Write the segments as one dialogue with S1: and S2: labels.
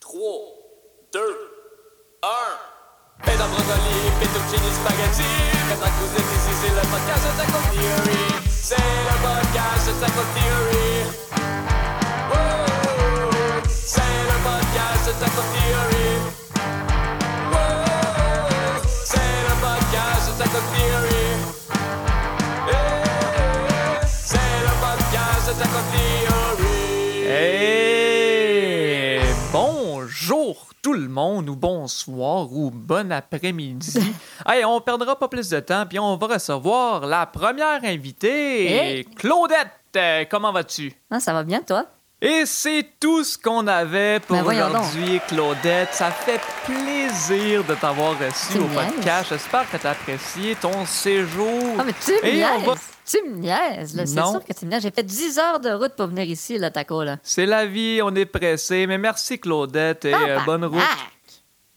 S1: 3, 2, 1. Pédant brocoli, fettuccini, spaghetti. Pendant que vous êtes ici, c'est le podcast de Taco Theory. C'est le podcast de Taco Theory. Wow. C'est le podcast de Taco Theory. Wow. C'est le podcast de Taco Theory. Eh. C'est le podcast de Taco Theory.
S2: Hey! Bonjour tout le monde, ou bonsoir, ou bon après-midi. hey, on perdra pas plus de temps, puis on va recevoir la première invitée,
S3: Hey!
S2: Claudette. Euh, comment vas-tu?
S3: Ah, ça va bien, toi?
S2: Et c'est tout ce qu'on avait pour
S3: Ben voyons donc.
S2: aujourd'hui, Claudette. Ça fait plaisir de t'avoir reçu
S3: Tu
S2: au
S3: me
S2: podcast. J'espère que tu as apprécié ton séjour.
S3: Ah, mais tu me
S2: Et on
S3: niaises!
S2: va-
S3: Tu me niaises, là. C'est
S2: Non.
S3: sûr que tu me niaises. J'ai fait 10 heures de route pour venir ici, là, Taco, là.
S2: C'est la vie, on est pressé. Mais merci, Claudette, et euh,
S3: Tabarnak!
S2: bonne route. Hey.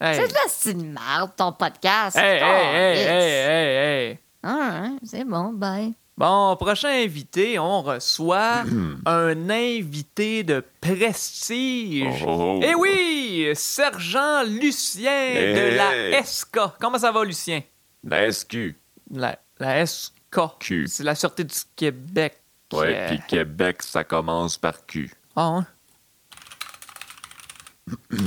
S3: Ah, bah, C'est de la style marde, ton podcast.
S2: Hey, hey, hey,
S3: Calisse.
S2: hey, hey, hey.
S3: Ah, hein, c'est bon, bye.
S2: Bon, prochain invité, on reçoit un invité de prestige.
S4: Oh, oh.
S2: Eh oui, Sergent Lucien de
S4: Hey.
S2: la SK. Comment ça va, Lucien?
S4: La SQ.
S2: La, la SK.
S4: Q.
S2: C'est la Sûreté du Québec.
S4: Ouais,
S2: Euh,
S4: puis Québec, ça commence par Q.
S2: Ah, ouais.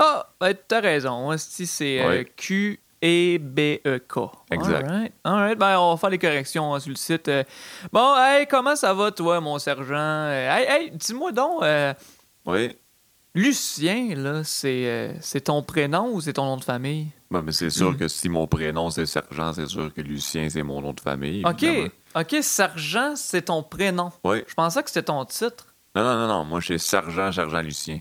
S2: Ah, ben, t'as raison. hein, Si c'est euh,
S4: Ouais.
S2: Q. E B E K.
S4: Exact.
S2: Alright. Alright, ben, on va faire les corrections hein, sur le site. euh. Bon, hey, comment ça va toi, mon sergent? Euh, Hey, hey, dis-moi donc, euh,
S4: Oui.
S2: Lucien, là, c'est euh, c'est ton prénom ou c'est ton nom de famille?
S4: Bon, mais c'est sûr que si mon prénom c'est Sergent, c'est sûr que Lucien c'est mon nom de famille.
S2: Ok, ok, sergent, c'est ton prénom.
S4: Oui.
S2: Je pensais que c'était ton titre.
S4: Non, non, non, non. Moi, je suis Sergent, Sergent Lucien.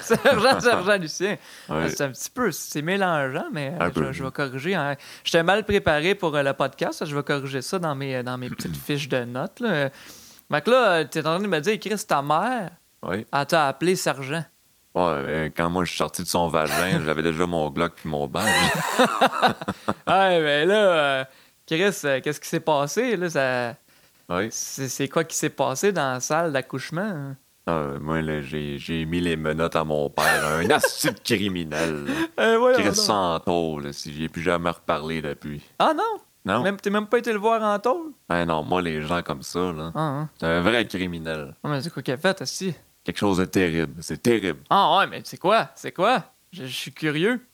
S2: Sergent, sergent Lucien.
S4: Ouais.
S2: C'est un petit peu, c'est mélangeant, mais euh,
S4: Un
S2: je,
S4: peu.
S2: je vais corriger. hein. J'étais mal préparé pour euh, le podcast, je vais corriger ça dans mes, euh, dans mes petites fiches de notes. Là. Fait que là, euh, t'es en train de me dire, Chris, ta mère,
S4: Oui.
S2: elle t'a appelé sergent.
S4: Ouais, ben, quand moi, je suis sorti de son vagin, j'avais déjà mon Glock puis mon badge.
S2: Ah, Ouais, mais là, euh, Chris, euh, qu'est-ce qui s'est passé? Là, ça...
S4: Oui.
S2: c'est, c'est quoi qui s'est passé dans la salle d'accouchement? hein?
S4: Ah, moi, là, j'ai j'ai mis les menottes à mon père. Un astuce criminel. là.
S2: Euh, voyons
S4: Chris
S2: donc.
S4: Santo, là, si j'ai plus jamais reparlé depuis.
S2: Ah non?
S4: Non?
S2: Même, t'es même pas été le voir en tôle?
S4: Ah, non, moi, les gens comme ça, là.
S2: Ah, hein.
S4: C'est un vrai criminel.
S2: Ah, mais c'est quoi qu'elle a fait, aussi?
S4: Quelque chose de terrible. C'est terrible.
S2: Ah ouais, mais c'est quoi? C'est quoi? Je- je suis curieux.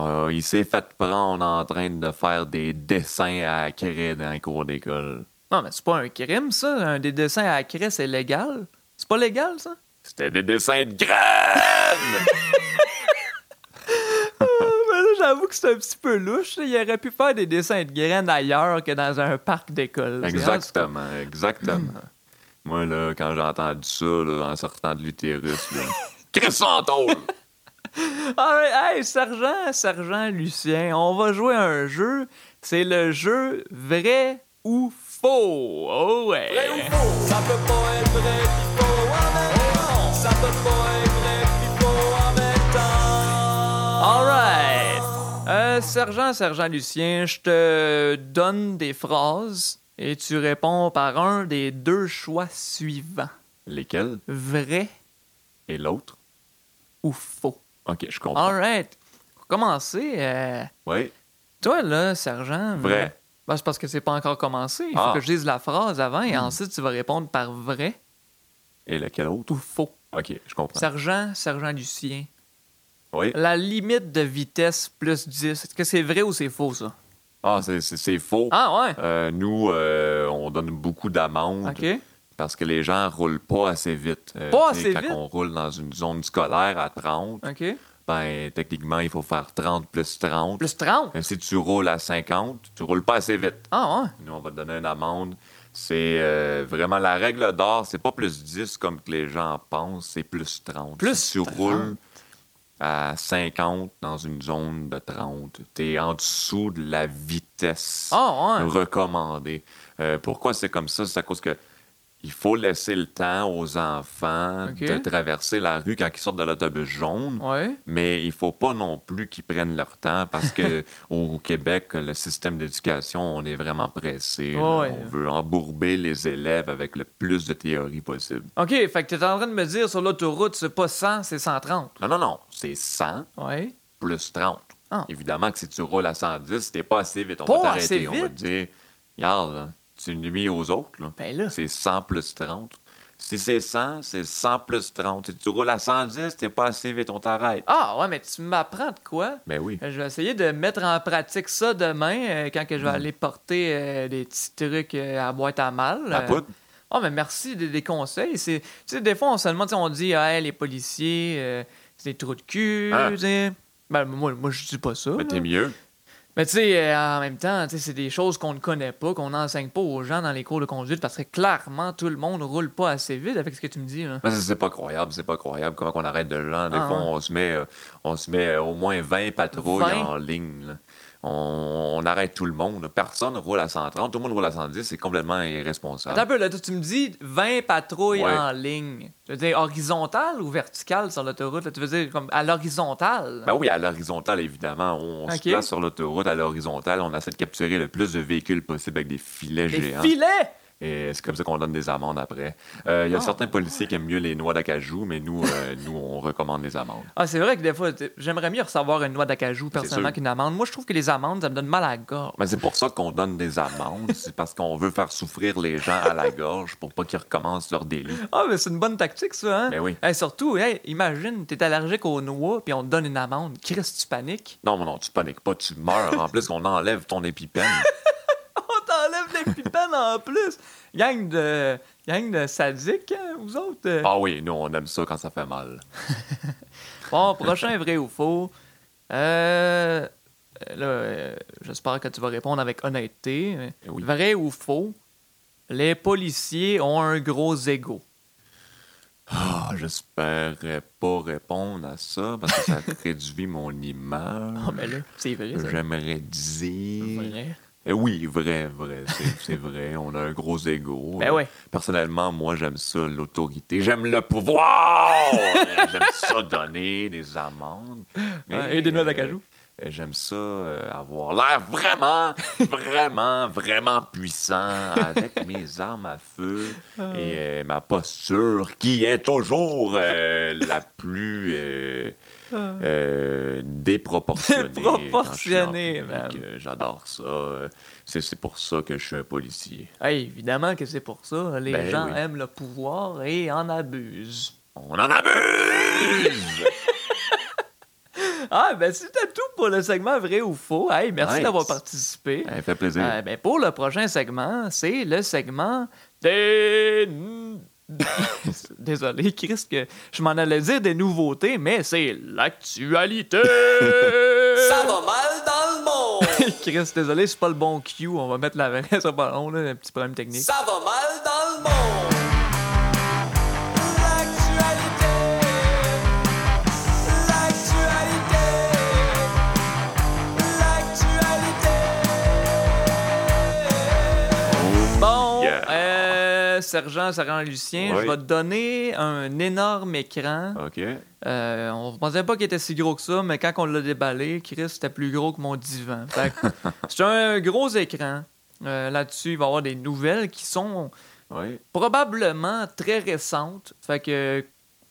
S4: Euh, il s'est fait prendre en train de faire des dessins à craie dans les cours d'école.
S2: Non, mais c'est pas un crime, ça. Un des dessins à la craie, c'est légal. C'est pas légal, ça?
S4: C'était des dessins de graines!
S2: Euh, Mais là, j'avoue que c'est un petit peu louche. là. Il aurait pu faire des dessins de graines ailleurs que dans un parc d'école.
S4: exactement, exactement. Moi, là, quand j'ai entendu ça, là, en sortant de l'utérus, là... Chrysantole!
S2: Ah ouais, hey, sergent, sergent Lucien, on va jouer à un jeu. C'est le jeu vrai ou faux. Oh ouais.
S1: Vrai ou faux? Ça peut pas être vrai pis faux en même
S2: Eh
S1: temps. Ça peut pas être vrai pis faux en même temps.
S2: Alright! Euh, sergent, sergent Lucien, je te donne des phrases et tu réponds par un des deux choix suivants.
S4: Lesquels?
S2: Vrai
S4: Et l'autre?
S2: ou faux?
S4: OK, je comprends.
S2: Alright! Pour commencer, euh,
S4: Oui,
S2: toi là, sergent.
S4: vrai.
S2: Ben, c'est parce que c'est pas encore commencé. Il faut
S4: Ah. Hmm.
S2: que je dise la phrase avant et ensuite tu vas répondre par vrai
S4: Et lequel autre?
S2: ou faux.
S4: OK, je comprends.
S2: Sergent, sergent Lucien.
S4: Oui.
S2: La limite de vitesse plus 10, est-ce que c'est vrai ou c'est faux ça?
S4: Ah, c'est- c'est c'est faux.
S2: Ah ouais!
S4: Euh, nous, euh, on donne beaucoup d'amendes.
S2: Ok.
S4: Parce que les gens roulent pas assez vite. Euh,
S2: Pas
S4: tu sais,
S2: assez
S4: quand
S2: vite?
S4: on roule dans une zone scolaire à 30,
S2: Ok.
S4: ben techniquement, il faut faire 30 plus 30.
S2: Plus 30?
S4: Euh, si tu roules à 50, tu roules pas assez vite.
S2: Ah ouais.
S4: Nous, on va te donner une amende. C'est euh, vraiment la règle d'or, c'est pas plus 10 comme que les gens pensent, c'est plus 30.
S2: Plus
S4: si tu
S2: 30.
S4: roules à 50 dans une zone de 30, t'es en dessous de la vitesse
S2: Ah ouais.
S4: recommandé. Euh, pourquoi c'est comme ça? C'est à cause que il faut laisser le temps aux enfants
S2: OK.
S4: de traverser la rue quand ils sortent de l'autobus jaune.
S2: Ouais.
S4: Mais il faut pas non plus qu'ils prennent leur temps parce que au Québec, le système d'éducation, on est vraiment pressé. là.
S2: Oh, Ouais, ouais.
S4: On veut embourber les élèves avec le plus de théorie possible.
S2: OK, fait que t'es en train de me dire sur l'autoroute, c'est pas 100, c'est 130.
S4: Non, non, non, c'est 100
S2: Ouais.
S4: plus 30.
S2: Ah.
S4: Évidemment que si tu roules à 110, t'es pas assez vite. On
S2: Pas
S4: va
S2: assez
S4: t'arrêter. On va
S2: vite?
S4: te dire, regarde, là, tu nuis aux autres. là.
S2: Ben là.
S4: C'est 100 plus 30. Si c'est 100, c'est 100 plus 30. Si tu roules à 110, t'es pas assez vite. On t'arrête.
S2: Ah, ouais, mais tu m'apprends de quoi?
S4: Ben oui.
S2: Euh, Je vais essayer de mettre en pratique ça demain euh, quand que je vais
S4: Mm.
S2: aller porter euh, des petits trucs euh, à boîte à mal.
S4: La poudre.
S2: Oh, mais merci des, des conseils. C'est- Tu sais, des fois, on se demande, tu sais, on dit, hey, les policiers, euh, c'est des trous de cul.
S4: Ah.
S2: tu sais. Ben, moi, moi, je dis pas ça.
S4: Mais
S2: là.
S4: t'es mieux.
S2: Mais tu sais, euh, en même temps, tu sais, c'est des choses qu'on ne connaît pas, qu'on n'enseigne pas aux gens dans les cours de conduite parce que clairement, tout le monde roule pas assez vite avec ce que tu me dis. Là.
S4: Ben, ça, c'est pas croyable, c'est pas croyable comment on arrête de gens. Des
S2: Ah,
S4: fois,
S2: ouais.
S4: on se met, euh, on se met euh, au moins 20 patrouilles
S2: 20?
S4: en ligne. là. On, on arrête tout le monde. Personne roule à 130, tout le monde roule à 110, c'est complètement irresponsable.
S2: Attends un peu, là, toi, tu me dis 20 patrouilles
S4: Hein? Ouais.
S2: en ligne. Tu veux dire horizontale ou verticale sur l'autoroute? là? Tu veux dire comme à l'horizontale?
S4: Ben oui, à l'horizontale, évidemment. On, on
S2: Ok.
S4: se place sur l'autoroute à l'horizontale. On essaie de capturer le plus de véhicules possible avec des filets
S2: Les
S4: géants.
S2: filets!
S4: Et c'est comme ça qu'on donne des amendes après. Euh, Il y a
S2: Ah.
S4: certains policiers qui aiment mieux les noix d'acajou, mais nous, euh, nous, on recommande les amendes.
S2: Ah, c'est vrai que des fois, t'sais, j'aimerais mieux recevoir une noix d'acajou personnellement
S4: sûr.
S2: qu'une amende. Moi, je trouve que les amendes, ça me donne mal à la gorge.
S4: Mais c'est pour ça qu'on donne des amendes, c'est parce qu'on veut faire souffrir les gens à la gorge pour pas qu'ils recommencent leur délit.
S2: Ah, mais c'est une bonne tactique, ça, hein?
S4: Ben oui.
S2: Hey, surtout, hey, imagine, t'es allergique aux noix, puis on te donne une amende. Chris, tu paniques?
S4: Non, mais non, tu paniques pas, tu meurs. En plus, on enlève ton épipène.
S2: On t'enlève les pipettes en plus! Gang de... Gang de sadiques, hein, vous autres? euh.
S4: Ah oui, nous, on aime ça quand ça fait mal.
S2: Bon, prochain vrai ou faux. Euh, là, euh, j'espère que tu vas répondre avec honnêteté.
S4: Eh Oui.
S2: Vrai ou faux, les policiers ont un gros ego.
S4: Ah, j'espérais pas répondre à ça parce que ça réduit mon image.
S2: Ah, mais là, c'est vrai. ça.
S4: J'aimerais dire.
S2: Vrai.
S4: Eh oui, vrai, vrai, c'est c'est vrai. On a un gros ego.
S2: Ben ouais.
S4: Personnellement, moi, j'aime ça, l'autorité. J'aime le pouvoir. j'aime ça donner des amendes.
S2: Ah, et des noix d'acajou.
S4: euh, J'aime ça euh, avoir l'air vraiment, vraiment, vraiment puissant avec mes armes à feu et
S2: Ah.
S4: euh, ma posture qui est toujours euh, la plus euh, euh, déproportionnée. quand je suis en
S2: Déproportionnée,
S4: public.
S2: man.
S4: Euh, J'adore ça. Euh, C'est c'est pour ça que je suis un policier.
S2: Hey, évidemment que c'est pour ça. Les
S4: Ben
S2: gens
S4: oui.
S2: aiment le pouvoir et en abusent.
S4: On en abuse!
S2: Ah, ben c'était tout pour le segment vrai ou faux. Hey, merci
S4: Nice.
S2: d'avoir participé.
S4: Ça fait plaisir.
S2: Euh, ben, pour le prochain segment, c'est le segment des. Désolé, Chris, que je m'en allais dire des nouveautés, mais c'est l'actualité!
S1: Ça va mal dans le monde.
S2: Chris, désolé, c'est pas le bon cue. On va mettre la vraie, ça sera pas long, là, un petit problème technique.
S1: Ça va mal dans le monde. L'actualité. L'actualité. L'actualité.
S2: Bon,
S4: Yeah.
S2: euh, sergent, sergent Lucien,
S4: Oui.
S2: je vais te donner un énorme écran.
S4: OK.
S2: Euh, on pensait pas qu'il était si gros que ça, mais quand on l'a déballé, Chris, c'était plus gros que mon divan. Fait que c'est un gros écran. Euh, Là-dessus, il va y avoir des nouvelles qui sont
S4: Oui.
S2: probablement très récentes. Fait que, euh,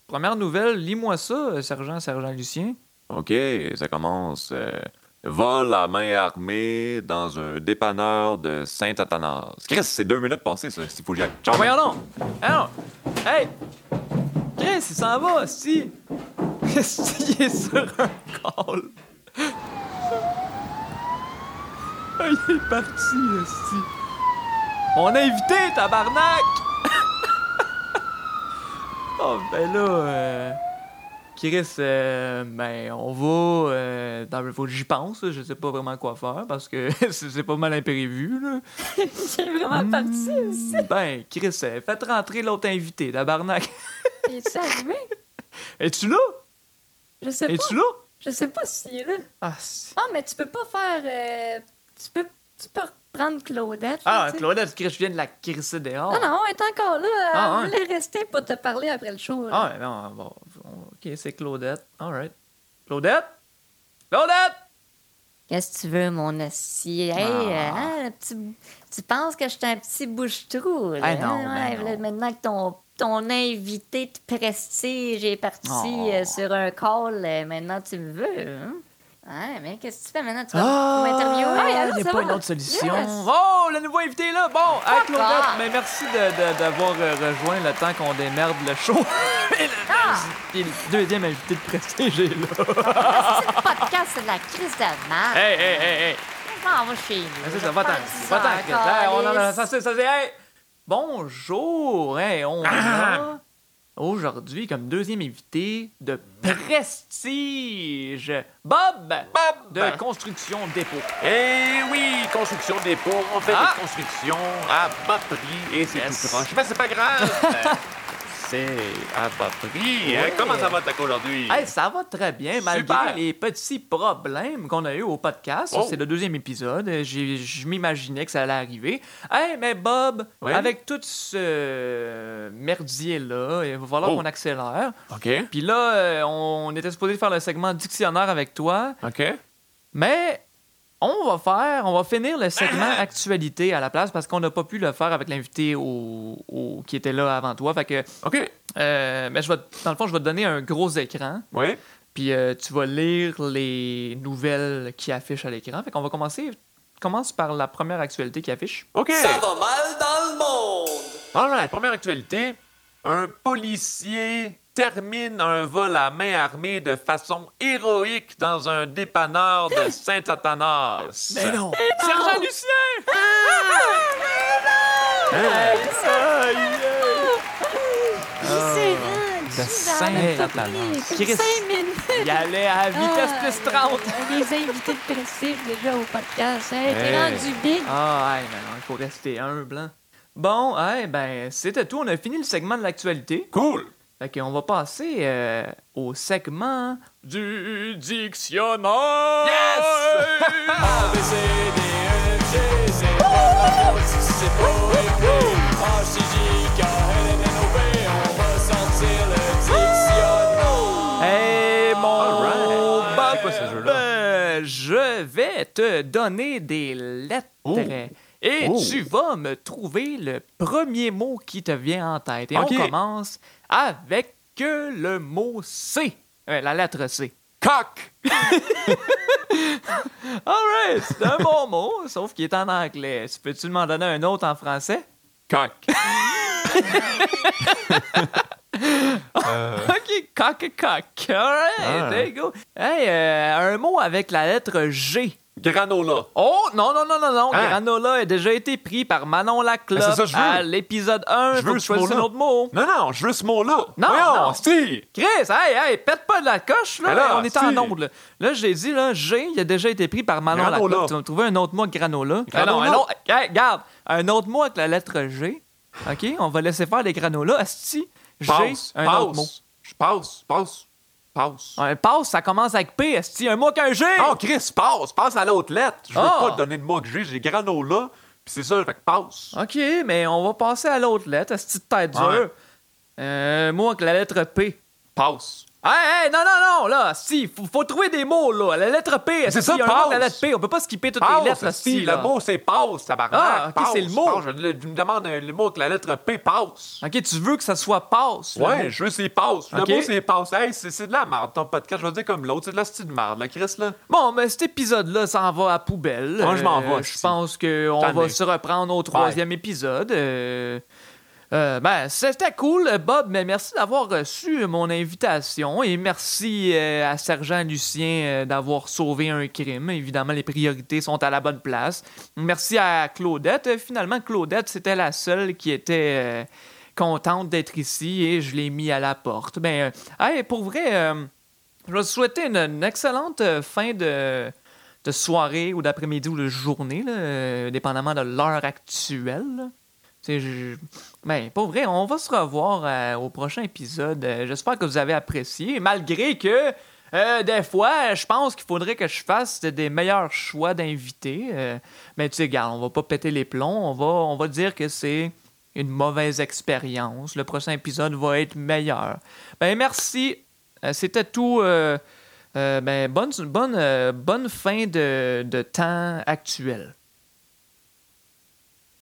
S2: première nouvelle, lis-moi ça, euh, sergent, sergent Lucien.
S4: OK, ça commence. euh, vol à main armée dans un dépanneur de Saint-Athanas. Chris, c'est deux minutes passées, ça. Il faut que j'aille. Ciao.
S2: Oh, voyons donc! Alors, hey! Chris, il s'en va, si! il est sur un call. Ah, il est parti, si. On a évité, tabarnak! oh, ben là, euh, Chris, euh, ben, on va. euh, dans le faut que j'y pense, là, je sais pas vraiment quoi faire parce que c'est c'est pas mal imprévu, là.
S3: J'ai vraiment parti aussi.
S2: Ben, Chris, euh, faites rentrer l'autre invité, tabarnak.
S3: Es-tu arrivé?
S2: Es-tu là?
S5: Je sais pas.
S2: Es-tu là?
S5: Je sais pas s'il est là.
S2: Ah, si.
S5: Ah, mais tu peux pas faire. euh, tu peux. Tu peux
S3: prendre Claudette. là,
S2: Ah,
S3: tu sais.
S2: Claudette, je viens de la crisser dehors.
S3: Ah Non, non, elle est encore là. Elle
S2: Ah, ouais.
S3: voulait rester pour te parler après le show. là.
S2: Ah, ouais, non, bon. on- Ok, c'est Claudette. All right. Claudette? Claudette!
S3: Qu'est-ce que tu veux, mon assis? Hey,
S2: Ah.
S3: euh, hein, le petit- tu penses que je suis un petit bouche-trou? là,
S2: Ah non,
S3: hein?
S2: ben
S3: Ouais, là,
S2: non.
S3: Maintenant que ton, ton invité de prestige est parti
S2: Oh.
S3: euh, sur un call, euh, maintenant tu me veux. hein? Ouais, mais qu'est-ce que tu fais maintenant? Tu vas m'interviewer?
S2: Ah, il
S3: alors,
S2: n'y a
S3: ça
S2: pas
S3: va?
S2: une autre solution.
S3: Yes.
S2: Oh, le nouveau invité est là. Bon, à
S3: Fuck
S2: Claudette,
S3: off.
S2: mais merci de- de- d'avoir euh, rejoint le temps qu'on démerde le show. Et le,
S3: Ah!
S2: et le deuxième invité de prestige est là.
S3: Ce podcast, c'est de la crise de merde.
S2: Hey, hey, hey, hey.
S3: Je m'en vais chez nous.
S2: Eh! C'est
S3: Je
S2: ça, va-t'en.
S3: parle de ça
S2: Va-t'en,
S3: encore,
S2: Chris. Hey, on en a.
S3: Alice.
S2: Ça, c'est. Ça, c'est. Hey! Bonjour! Hey, on
S4: Ah!
S2: a aujourd'hui comme deuxième invité de prestige, Bob,
S4: Bob!
S2: de Construction Dépôt.
S4: Eh oui, construction des dépôt, on fait
S2: Ah!
S4: des constructions à bas prix et c'est
S2: Yes.
S4: tout proche. Mais c'est pas grave. Euh, c'est à bas prix. hein.
S2: Ouais.
S4: Comment ça va, Taco, aujourd'hui?
S2: Hey, ça va très bien, malgré
S4: Super.
S2: les petits problèmes qu'on a eu au podcast. Ça,
S4: Oh.
S2: C'est le deuxième épisode. Euh, j'ai- Je m'imaginais que ça allait arriver. Hey, mais Bob,
S4: Oui?
S2: avec tout ce merdier-là, il va falloir
S4: Oh.
S2: qu'on accélère.
S4: OK.
S2: Puis là, euh, on était supposé faire le segment dictionnaire avec toi,
S4: OK.
S2: mais on va faire, on va finir le segment actualité à la place parce qu'on n'a pas pu le faire avec l'invité au, au- qui était là avant toi. Fait que,
S4: OK.
S2: euh, mais je vais, te- dans le fond, je vais te donner un gros écran.
S4: Oui.
S2: Puis euh, tu vas lire les nouvelles qui affichent à l'écran. Fait qu'on va commencer. Commence par la première actualité qui affiche.
S4: OK.
S1: Ça va mal dans le monde.
S4: All right, première actualité. Un policier termine un vol à main armée de façon héroïque dans un dépanneur de Saint-Athanas.
S2: Ben Eh, non! Sergent Lucien!
S4: Hein?
S3: Qui
S2: de
S3: s'est
S2: cinq
S3: rendu dans
S2: minutes à
S3: le
S2: l'heure.
S3: prix?
S2: Chris.
S3: Comme cinq minutes.
S2: Il allait à vitesse
S3: Ah,
S2: plus 30!
S3: On les a invités de prestige déjà au podcast. Hey,
S4: Hey.
S3: T'es rendu big.
S2: Ah, ouais, mais non, il faut rester un blanc. Bon, ouais, ben, c'était tout. On a fini le segment de l'actualité.
S4: Cool.
S2: Fait qu'on va passer euh, au segment du dictionnaire.
S4: Yes!
S1: A, B, C, D, E, F, G, Z, F, A, B, C, C, O, F, P, H, I, J, K, L, M, N, O, P. On va sortir le dictionnaire.
S2: Hey, mon
S4: Alright.
S2: Bob,
S4: C'est quoi ce jeu-là?
S2: euh, je vais te donner des lettres
S4: Oh.
S2: et
S4: Oh.
S2: tu vas me trouver le premier mot qui te vient en tête. Et
S4: Ok.
S2: on commence avec euh, le mot C, Euh, la lettre C.
S4: Coq.
S2: Alright, c'est un bon mot, sauf qu'il est en anglais. Tu Peux-tu m'en donner un autre en français?
S4: Coq.
S2: Ok, cock cock. Alright,
S4: Ah.
S2: there you go. Hey, euh, un mot avec la lettre G.
S4: Granola.
S2: Oh, non, non, non, non, non.
S4: Hein?
S2: Granola a déjà été pris par Manon
S4: Ben,
S2: Laclope
S4: c'est ça que je veux.
S2: à l'épisode 1.
S4: Je
S2: Faut
S4: veux
S2: que
S4: ce
S2: tu choisisses un
S4: mot-là.
S2: autre mot.
S4: Non, non, je veux ce mot-là.
S2: Non, non.
S4: si.
S2: Chris, hey, hey, pète pas de la coche, là.
S4: Alors,
S2: on est en
S4: si.
S2: onde, là. Là, j'ai dit, là, G, il a déjà été pris par Manon
S4: Granola.
S2: Laclope. Tu vas me trouver un autre mot que granola.
S4: Granola.
S2: Ah non, un autre- hey, garde, un autre mot avec la lettre G. OK, on va laisser faire les granolas. Asti, G,
S4: Passe.
S2: un
S4: passe.
S2: autre mot.
S4: Je passe, passe, passe.
S2: Un passe, ça commence avec P, Asti, un mot qu'un G.
S4: Oh, Chris, passe, passe à l'autre lettre. Je veux
S2: Ah.
S4: pas te donner de mot que j'ai, j'ai granola, puis c'est ça, fait que passe.
S2: OK, mais on va passer à l'autre lettre, à cette petite tête dure.
S4: Ouais.
S2: Euh, moi, avec la lettre P.
S4: Passe.
S2: Hey, hey, non, non, non, là, si, faut, faut trouver des mots, là. La lettre P, est-ce
S4: c'est ça,
S2: qu'il y a un mot avec
S4: passe.
S2: la lettre P, on peut pas skipper toutes les
S4: Passe,
S2: lettres, là, si,
S4: si,
S2: là.
S4: le mot c'est passe, tabarnak.
S2: Ah, ok,
S4: passe,
S2: c'est le mot.
S4: passe. Je, le- tu me demande un- le mot avec la lettre P, passe.
S2: OK, tu veux que ça soit passe. le
S4: Ouais,
S2: mot.
S4: je veux c'est passe.
S2: Ok.
S4: Le mot c'est passe. Hey, c'est c'est de la merde, ton podcast, je vais dire comme l'autre, c'est de la style de merde, là, Chris, là.
S2: Bon, mais cet épisode-là s'en va à poubelle.
S4: Moi, je m'en
S2: Euh,
S4: vais,
S2: Je
S4: si.
S2: pense qu'on
S4: T'en
S2: va
S4: es.
S2: se reprendre au troisième épisode. Euh, euh, ben, c'était cool, Bob, mais merci d'avoir reçu mon invitation et merci euh, à Sergent Lucien euh, d'avoir sauvé un crime. Évidemment, les priorités sont à la bonne place. Merci à Claudette. Euh, Finalement, Claudette, c'était la seule qui était euh, contente d'être ici et je l'ai mis à la porte. Ben, euh, hey, pour vrai, euh, je vais te souhaiter une, une excellente euh, fin de, de soirée ou d'après-midi ou de journée, là, euh, dépendamment de l'heure actuelle. là. Tu sais, je- Ben, pas vrai, on va se revoir euh, au prochain épisode. Euh, J'espère que vous avez apprécié, malgré que Euh, des fois, je pense qu'il faudrait que je fasse des meilleurs choix d'invités. euh, mais tu sais, regarde, on va pas péter les plombs. On va, on va dire que c'est une mauvaise expérience. Le prochain épisode va être meilleur. Ben, merci. Euh, C'était tout. euh, euh, ben, bonne, bonne, euh, bonne fin de, de temps actuel.